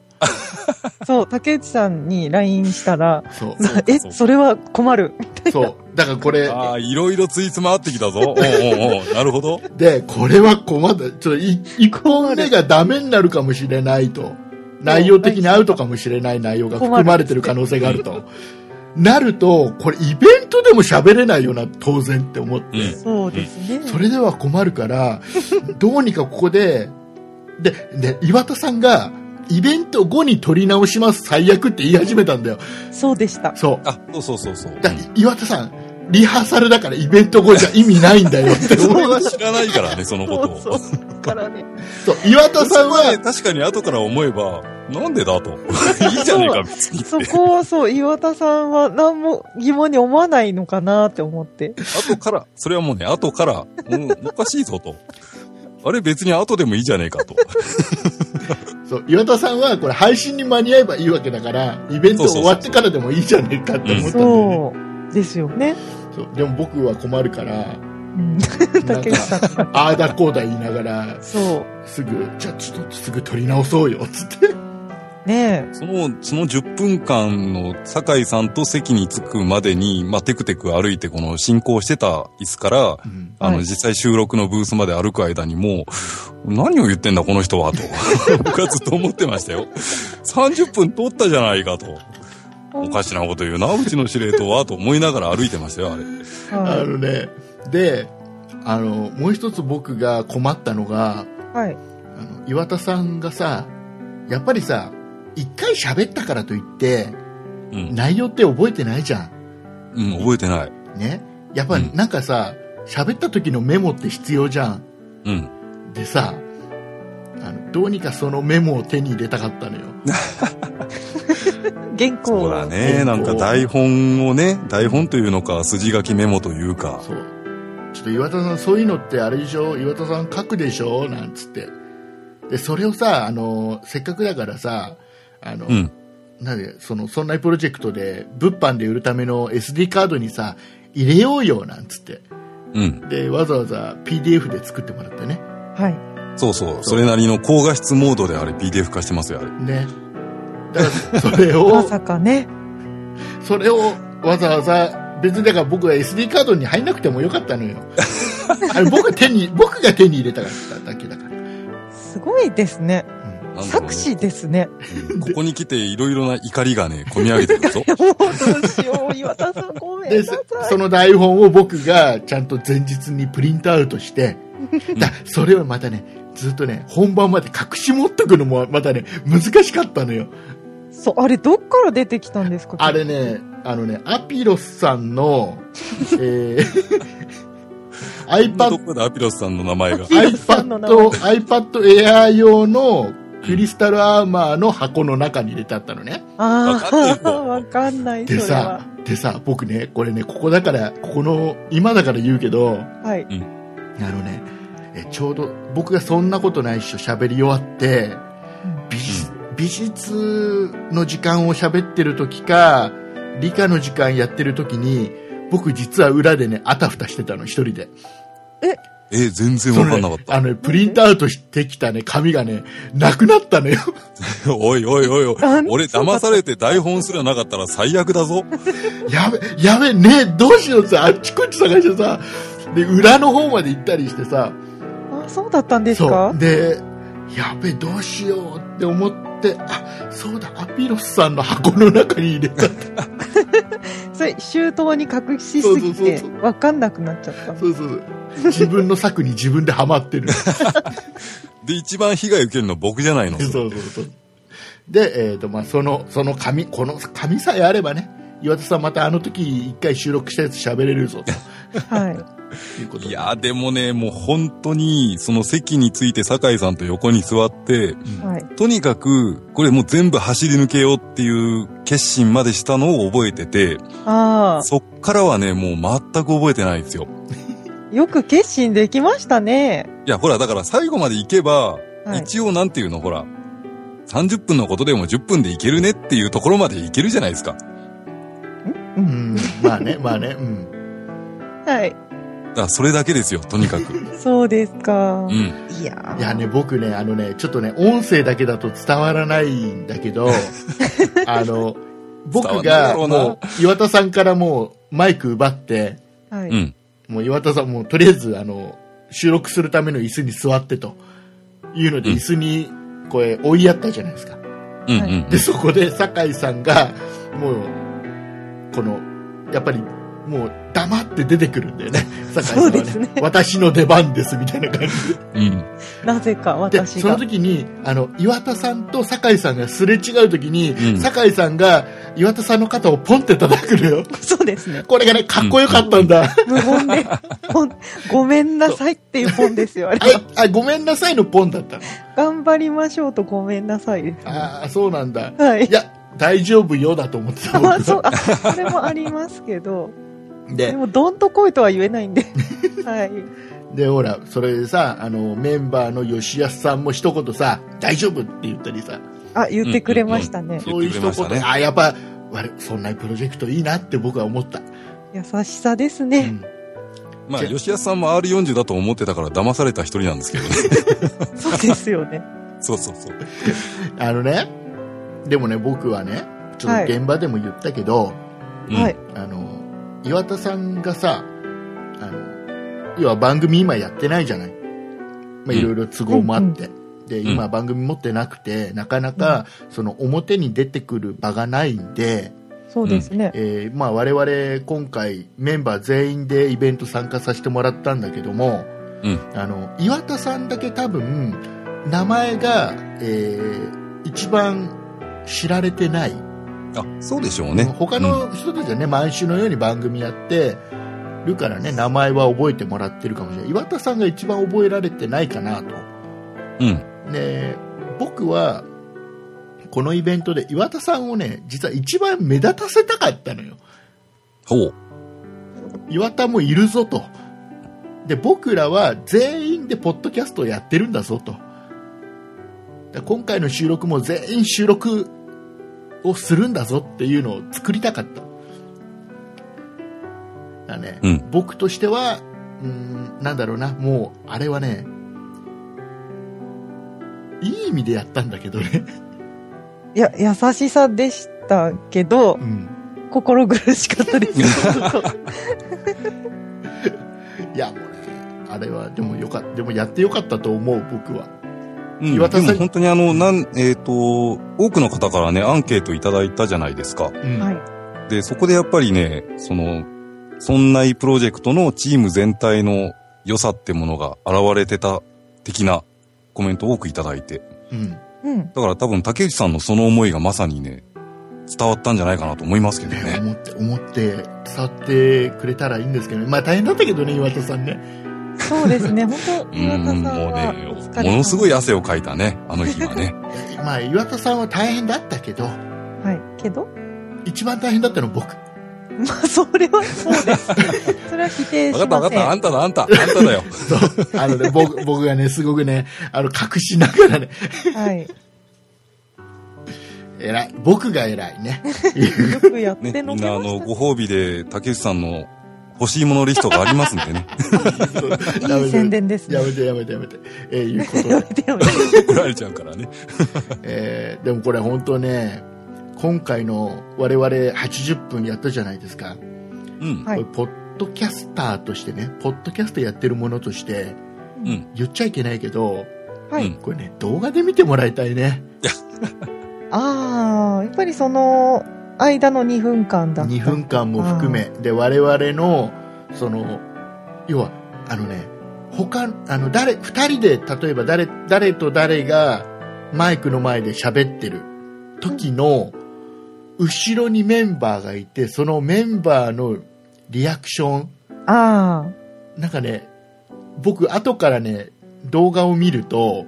S3: そう、竹内さんに LINE したら、
S2: そう。
S4: そうか
S3: え、
S4: そうか
S3: それは困る。
S2: そう。だからこれ、
S4: ああ、いろいろついつま合ってきたぞ。おうおうおうなるほど。
S2: で、これは困った。ちょっとい、一本目がダメになるかもしれないと。内容的にアウトかもしれない内容が含まれてる可能性があると。なると、これイベントでも喋れないよな、当然って思って。
S4: うん
S3: そうですね。
S2: それでは困るから、どうにかここで、で、で、岩田さんが、イベント後に撮り直します、最悪って言い始めたんだよ。
S3: そうでした。
S2: そう。
S4: あ、そうそうそうそう。
S2: だ岩田さん、リハーサルだからイベント後じゃ意味ないんだよって思
S4: <laughs> 俺
S2: いま
S4: は
S2: し
S4: 知らないからね、その
S3: そ
S4: ことを。
S3: うそう。だから
S4: <laughs>
S3: ね。
S2: た。そう、岩田さん
S4: それね
S2: は、
S4: 確かに後から思えば、なんでだと。 <laughs> いいじゃねえか、別に。
S3: そこはそう、岩田さんは何も疑問に思わないのかなって思って。
S4: 後から、それはもうね、後から、うん、おかしいぞと。あれ別に後でもいいじゃねえかと。
S2: そう、岩田さんはこれ配信に間に合えばいいわけだから、イベント終わってからでもいいじゃねえかって思ったんだよね。
S3: そう。ですよね。
S2: そうでも僕は困るから、
S3: うん。
S2: なん
S3: 竹内さ
S2: か、
S3: んが。
S2: ああだこうだ言いながら、
S3: そう。
S2: すぐ、じゃあちょっとすぐ撮り直そうよ、つって。
S3: ね
S4: その、その10分間の酒井さんと席に着くまでに、まあ、テクテク歩いてこの進行してた椅子から、あの、
S3: はい
S4: 実際収録のブースまで歩く間にもう、何を言ってんだこの人は、と。 <laughs> 僕はずっと思ってましたよ。30分撮ったじゃないかと。おかしなこと言うな、うちの司令塔は、と思いながら歩いてましたよ、あれ。
S3: え。
S2: あ
S3: は
S2: のね、で、あの、もう一つ僕が困ったのが、
S3: い。はい。
S2: あの岩田さんがさ、やっぱりさ、一回喋ったからといって、
S4: うん。
S2: 内容って覚えてないじゃん。
S4: うん、覚えてない。
S2: ね。やっぱ
S4: うん
S2: なんかさ、喋った時のメモって必要じゃん。
S4: うん。
S2: でさ、あの、どうにかそのメモを手に入れたかったのよ。
S3: 原稿
S4: そうだね。なんか台本をね、台本というのか、筋書きメモというか。
S2: そう。ちょっと岩田さん、そういうのってあれでしょ岩田さん書くでしょなんつって。で、それをさ、あの、せっかくだからさ、あの、
S4: うん。
S2: なんで、その、そんなプロジェクトで、物販で売るための SD カードにさ、入れようよ、なんつって。
S4: うん。
S2: で、わざわざ PDF で作ってもらってね。
S3: はい。
S4: そうそう。それなりの高画質モードであれ PDF 化してますよ、あれ。
S2: ね。だから、それ
S3: <laughs> ま
S2: を、
S3: さかね。
S2: それをわざわざ、別にだから僕は SD カードに入んなくてもよかったのよ。あれ、僕が手に、僕が手に入れたかっただけだから。
S3: すごいですね。
S2: うん
S4: なんだろ
S3: 作
S4: うね
S3: 詞です
S4: <laughs>
S3: ね。
S4: うんここに来ていろいろな怒りがね、込み上げてく
S3: <laughs>
S4: るぞ。
S3: もうどうしよう。岩田さんごめん
S2: で、
S3: な
S2: そ
S3: さ
S2: そ
S3: い。
S2: の台本を僕がちゃんと前日にプリントアウトして、だそれをまたね、ずっとね、本番まで隠し持っとくのもまたね、難しかったのよ。
S3: そう、あれどっから出てきたんですか
S2: あれ。ね、あのね、アピロスさんの、
S3: <laughs>
S2: えー、
S4: ど
S2: iPad
S4: こでアピロスさんの名前が。
S3: ピロスさんの名前
S2: iPad、iPad Air 用のクリスタルアーマーの箱の中に入れてあったのね。
S3: あ
S4: わかん
S3: あ、
S4: ないよ
S3: わかんない、そ
S2: で
S3: れ
S2: さ
S3: は。、
S2: でさ、僕ね、これね、ここだから、ここの、今だから言うけど、
S3: はい。
S2: あのね、えちょうど僕がそんなことないっしょ喋り終わって、美術美術の時間を喋ってる時か、理科の時間やってる時に、僕実は裏でね、あたふたしてたの、一人で。
S4: え、全然わかんなかっ
S2: あのね、プリントアウトしてきたね、紙がね、なくなったのよ。 <laughs>
S4: た。おいおいおいおい
S3: あ。
S4: 俺騙されて台本すらなかったら最悪だぞ。
S2: やべ、やべ、ねえ、どうしようってあっちこっち探してさ、で、裏の方まで行ったりしてさ、
S3: あ、そうだったんです
S2: そ
S3: か
S2: う。で、やべ、どうしようって思って、あ、そうだ、アピロスさんの箱の中に入れた。
S3: それ、周到に隠しすぎ
S2: そうそう
S3: て
S2: そう、
S3: わかんなくなっちゃった。
S2: <laughs> そうそうそう。自分の策に自分でハマ <laughs> ってる。
S4: で、一番被害受けるの僕じゃないの。
S2: そうそうそう。で、えっ、と、まあ、その、その紙、この紙さえあればね、岩田さんまたあの時一回収録したやつ喋れるぞ、と
S3: はい。
S2: いうことで
S4: いやーでもね、もう本当に、その席について酒井さんと横に座って、
S3: はい。
S4: とにかく、これもう全部走り抜けようっていう決心までしたのを覚えてて、
S3: あ
S4: そっからはね、もう全く覚えてないんですよ。
S3: あ、よく決心できましたね。
S4: いや、ほら、だから最後まで行けば、
S3: はい。
S4: 一応なんていうの、ほら、30分のことでも10分で行けるねっていうところまで行けるじゃないですか。
S2: うん、まあね、まあね、うん。
S3: はい。
S4: だからそれだけですよ、とにか
S3: <laughs>
S4: く。
S3: そうですか
S4: う。ん。
S3: いやー
S2: いやね、僕ね、あのね、ちょっとね、音声だけだと伝わらないんだけ
S4: <laughs>
S2: ど、あの、僕
S4: 伝
S2: が、
S4: わんないだろうな
S2: もう、岩田さんからもう、マイク奪って、
S3: はい。
S4: うん。
S2: もう岩田さん、もうとりあえずあの収録するための椅子に座ってというので、
S4: うん
S2: 椅子にこれ追いやったじゃないですか。
S4: うんうん
S3: は
S4: う
S3: い
S4: ん。
S2: で、そこで酒井さんが、もう、この、やっぱり、もう黙って出てくるんだよ
S4: <laughs>
S2: ね、酒井さんは
S3: そう
S2: ね。
S3: ですね
S2: 私の出番ですみたいな感じ
S4: うん。
S3: なぜか
S2: で。で、
S3: 私
S2: その
S3: が。
S2: 時に、あの、岩田さんと酒井さんがすれ違う時に、
S4: うん
S2: 酒井さんが岩田さんの肩をポンって叩くの
S3: <laughs>
S2: よ。
S3: そうですね。
S2: これがね、かっこよかったんだ。
S3: 無言で、ほんごめんなさいっていう本ですよ。あれ
S2: はい、 <laughs> あ、ごめんなさいのポンだったの。
S3: 頑張りましょうとごめんなさいです。
S2: ああ、そうなんだ。
S3: はいい。
S2: や、大丈夫よだと思ってた。
S3: <laughs> まあ、
S2: 僕
S3: そう、あ、それもありますけど、で
S2: <laughs> で、
S3: も、どんと来いとは言えないん
S4: <laughs>
S3: で。はい。
S2: で、ほら、それでさ、あの、メンバーの吉安さんも一言さ、大丈夫って言ったりさ、
S3: あ、言ってくれましたね。
S2: そういう一
S4: 言ってくれまし
S2: 言、
S4: たね
S2: あ、やっぱ、我そんなプロジェクトいいなって僕は思った。
S3: 優しさです
S2: う
S3: ね。
S2: ん
S4: まあ、吉安さんも R40 だと思ってたから騙された一人なんです
S3: <laughs>
S4: けどね。
S3: そうですよね。
S4: そうそうそう。
S2: あのね、でもね、僕はね、ちょっと現場でも言ったけど、
S4: うん
S3: はい。
S2: あの、岩田さんがさ、あの、要は番組今やってないじゃない。まあ、
S4: うん
S2: いろいろ都合もあって。で、
S4: ん
S2: 今番組持ってなくて、なかなか、その表に出てくる場がないんで、
S3: そうですね。
S2: えーまあ我々今回メンバー全員でイベント参加させてもらったんだけども、
S4: うん
S2: あの、岩田さんだけ多分、名前が、えー一番知られてない。
S4: あ、そうでしょうね。
S2: 他の人たちはね、毎週のように番組やって、るからね名前は覚えてもらってるかもしれない岩田さんが一番覚えられてないかなと
S4: うん。
S2: で僕はこのイベントで岩田さんをね実は一番目立たせたかったのよ
S4: ほう。
S2: 岩田もいるぞとで僕らは全員でポッドキャストをやってるんだぞとで今回の収録も全員収録をするんだぞっていうのを作りたかっただね、
S4: うん
S2: 僕としてはうーんなんだろうなもうあれはねいい意味でやったんだけどね、
S3: いや、優しさでしたけど、心苦しかったです。
S2: いやもうねあれはでもよかでもやってよかったと思う僕は
S4: うん、
S2: 岩田さん
S4: でも本当にあの、なん、えっ、と、多くの方からね、アンケートいただいたじゃないですか。
S2: うん
S3: はい。
S4: で、そこでやっぱりね、その、そんないプロジェクトのチーム全体の良さってものが現れてた的なコメントを多くいただいて。
S2: うん
S3: うん。
S4: だから多分竹内さんのその思いがまさにね、伝わったんじゃないかなと思いますけど
S2: ね、
S4: ね。
S2: 思って、思って、伝わってくれたらいいんですけどね。まあ大変だったけどね、岩田さんね。
S3: そうですね、本
S4: う
S3: 当岩
S4: ん
S3: 田、さん
S4: もう
S3: は
S4: ね
S3: お疲れ様でし、た。
S4: ものすごい汗をかいたね、あの
S3: <laughs>
S4: 日はね。
S2: まあ岩田さんは大変だったけど、
S3: はい。けど、 <laughs>
S2: 一番大変だったのは僕。
S3: まあ、それはそうです。
S4: <laughs>
S3: それは否定
S4: わか
S3: し
S4: ったわか
S3: ま
S4: っ
S3: せん
S4: た、あ。んただ、あんた、あんただよ。
S2: そう。あのね、僕、 <laughs> 僕がね、すごくね、あの、隠しながらね、
S3: はい。
S2: 偉い。僕が偉いね。
S3: よくやっ
S4: ね、
S3: ての
S4: みん
S3: け
S4: なあ
S3: ま
S4: の、
S3: し
S4: ご褒美で竹内さんの欲しいものリストがありますんで
S3: <laughs>
S4: ね。
S3: た。いい宣伝ですね
S2: や。めて、やめて、やめて。えーいうこと
S3: やめ
S2: で。
S3: て
S4: <laughs>
S3: やめて。
S4: 怒られちゃうからね。
S2: えーでもこれ本当ね、今回の我々80分やったじゃないですか。
S4: うん。
S3: はい
S2: これポッドキャスターとしてね、ポッドキャストやってるものとして、
S4: うん。
S2: 言っちゃいけないけど、
S3: は
S4: う
S3: い
S4: ん。
S2: これね、動画で見てもらいたいね。
S3: ああ、やっぱりその、間の2分間だった。
S2: 2分間も含め。で、我々の、その、要は、あのね、他、あの、誰、二人で、例えば誰、誰と誰がマイクの前で喋ってる時の、後ろにメンバーがいて、そのメンバーのリアクション、
S3: あ
S2: なんかね、僕、後からね、動画を見ると、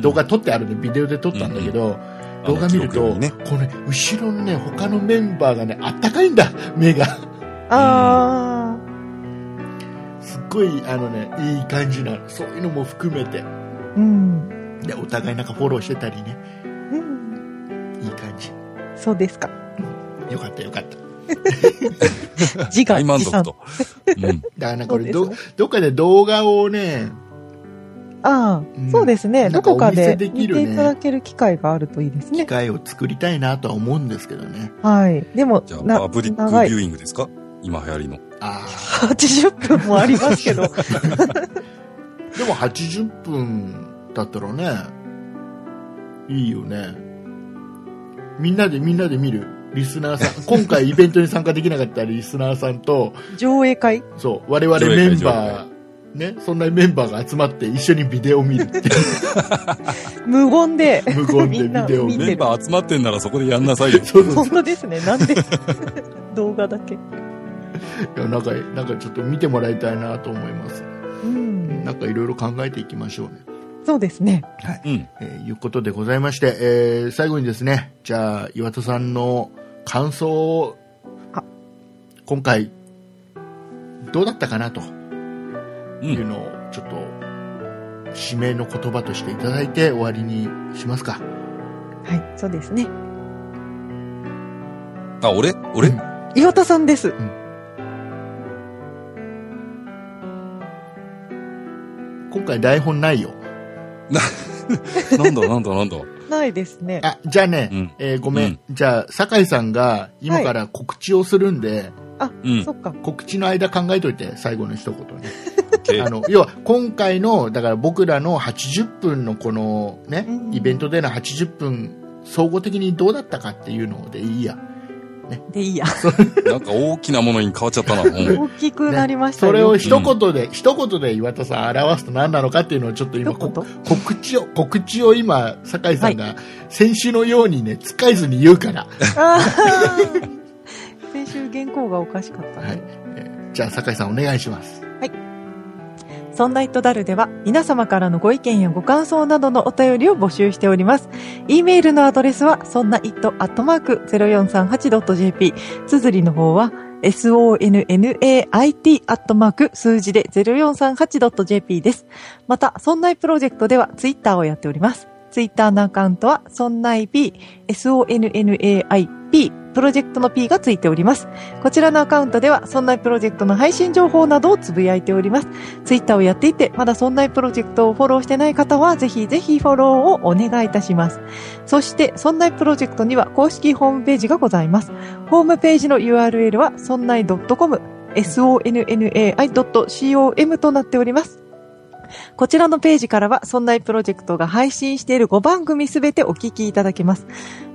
S2: 動画撮ってあるの、ビデオで撮ったんだけど、動画見る
S4: あの
S2: と、
S4: 記録にね
S2: このね後ろのね、他のメンバーがね、あったかいんだ、目が。
S3: あ、あ
S2: すっごい、あのね、いい感じなの。そういうのも含めて。
S3: あ、うん。
S2: で、お互いなんかフォローしてたりね、
S3: うん。
S2: いい感じ。
S3: そうですか。
S2: よかったよかった。
S3: 自我
S4: 大満足
S3: 自 <laughs>
S4: と。うん。
S2: だからね、これ
S3: そう
S2: ど、
S3: です
S2: どっかで動画をね、
S3: 賛あ
S2: うん
S3: あ、そうですね。
S2: なん
S3: ど
S2: か
S3: こかで
S2: お店でき
S3: 見
S2: るね
S3: ていただける機会があるといいです
S2: 機
S3: ね。
S2: 会を作りたいなとは思うんですけどね。
S3: はい。でも
S4: じゃ、あ、
S3: な
S4: パブリック
S3: 長い
S4: ビューイングですか今流行りの。
S2: あ
S3: 80分もありますけど。
S2: あ。でも80分だったらね、いいよね。みんなでみんなで見る。リスナー
S3: <laughs>
S2: さん、今回イベントに参加できなかったリスナーさんと、
S3: 上映会
S2: そう、我々メンバー、ね、そんなメンバーが集まって一緒にビデオを見るっていう
S3: 無言で。
S2: 無言で
S3: みんな
S2: ビデオを見
S3: 見
S2: る。
S3: てる
S4: メンバー集まってんならそこでやんな
S3: <laughs>
S4: さいよ。
S2: そうそう
S3: 本当ですね。なんで <laughs> 動画だけ。
S2: いやなんか、なんかちょっと見てもらいたいなと思います。
S3: うん。
S2: なんかいろいろ考えていきましょうね。
S3: そうですね。
S4: うん。
S2: えーいうことでございまして、えー最後にですね、じゃあ、岩田さんの感想を
S3: あ、
S2: 今回、どうだったかなと
S4: う。
S2: いうんのを、ちょっと、指名の言葉としていただいて終わりにしますか。
S3: はい。そうですね。
S4: あ、俺俺
S2: うん
S3: 岩田さんです。
S2: 今回台本ないよ。
S4: なんだなんだなんだ。
S3: ないですね。
S2: あ、じゃあね、
S4: うん
S2: えーごめん。じゃあ、酒井さんが今から告知をするんで、
S4: うん
S3: そ。っか。
S2: 告知の間考えといて、最後の一言ね。
S4: OK
S2: あの、要は、今回の、だから僕らの80分のこのね
S3: う、ん
S2: イベントでの80分、総合的にどうだったかっていうのでいいや。
S3: でいいや。
S4: なんか大きなものに変わっちゃったな。うん
S3: <laughs> 大きくなりました
S2: そ
S3: よ
S2: れを一言で、一言で岩田さん表すと何なのかっていうのをちょっと今、
S3: 一
S2: こ
S3: 言
S2: 告知を、告知を今、酒井さんが先週のようにね、使えず <laughs> に言うから。
S3: あー先週原稿がおかしかったね。
S2: はいじゃあ、酒井さんお願いします。
S3: そんな糸だるでは皆様からのご意見やご感想などのお便りを募集しております。e メールのアドレスはそんな it.0438.jp。綴りの方は sonnait アットマーク数字で 0438.jp です。また、そんないプロジェクトではツイッターをやっております。ツイッターのアカウントはそんない p、sonnaip、プロジェクトの p がついております。こちらのアカウントではそんないプロジェクトの配信情報などをつぶやいております。ツイッターをやっていて、まだそんなプロジェクトをフォローしてない方は、ぜひぜひフォローをお願いいたします。そして、そんなプロジェクトには公式ホームページがございます。ホームページの URL は、そんない .com、sonnai.com となっております。こちらのページからは、そんないプロジェクトが配信している5番組すべてお聞きいただけます。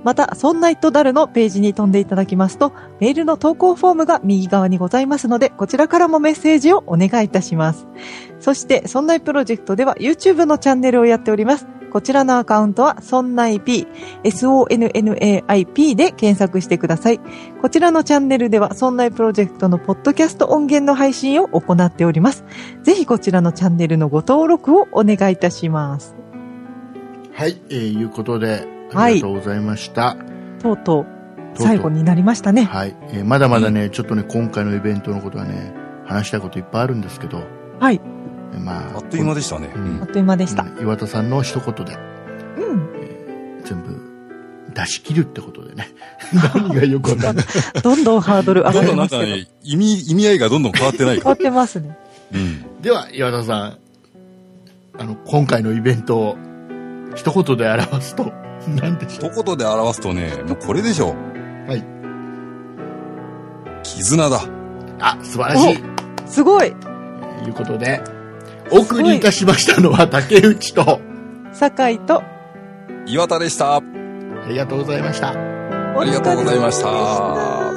S3: また、そんないとダルのページに飛んでいただきますと、メールの投稿フォームが右側にございますので、こちらからもメッセージをお願いいたします。そして、そんないプロジェクトでは YouTube のチャンネルをやっております。こちらのアカウントは、そんない P、sonnaip で検索してください。こちらのチャンネルでは、そんないプロジェクトのポッドキャスト音源の配信を行っております。ぜひこちらのチャンネルのご登録をお願いいたします。
S2: はい、えー、いうことで、あ
S3: はい
S2: りがとうございました。
S3: とうとう、
S2: とう
S3: 最後になりましたね。
S2: はい、えーまだまだね、ちょっとね、今回のイベントのことはね、話したいこといっぱいあるんですけど、
S3: はい、
S2: えーまあ、
S4: あっという間でしたね。
S2: う
S4: うん
S3: あ
S4: ん
S3: っという間でした。
S2: うん岩田さんの一言で
S3: うん。
S2: 全部出し切るってことでね、 <laughs> 何がよくわかん
S4: <laughs>
S2: ない。
S3: どんどんハードル上
S4: ど
S3: が
S4: ん
S3: り
S4: どんな
S3: ま
S4: ん
S3: す
S4: か
S3: けど。
S4: ね、意味、意味合いがどんどん変わってない
S3: 変わ <laughs>
S4: か
S3: ってますね。
S4: ら。うん。
S2: では、岩田さん、あの、今回のイベントを一言で表すと、 <laughs> 何でしょ
S4: 一言で表すとね、もうこれでしょう。
S2: うはい。
S4: 絆だ。
S2: あ、素晴らしい。
S3: すごい
S2: ということで、お送りいたしましたのは竹内と、
S3: 酒井と、
S4: 岩田でした。
S2: ありがとうございました。
S3: あ
S4: ありがとうございました。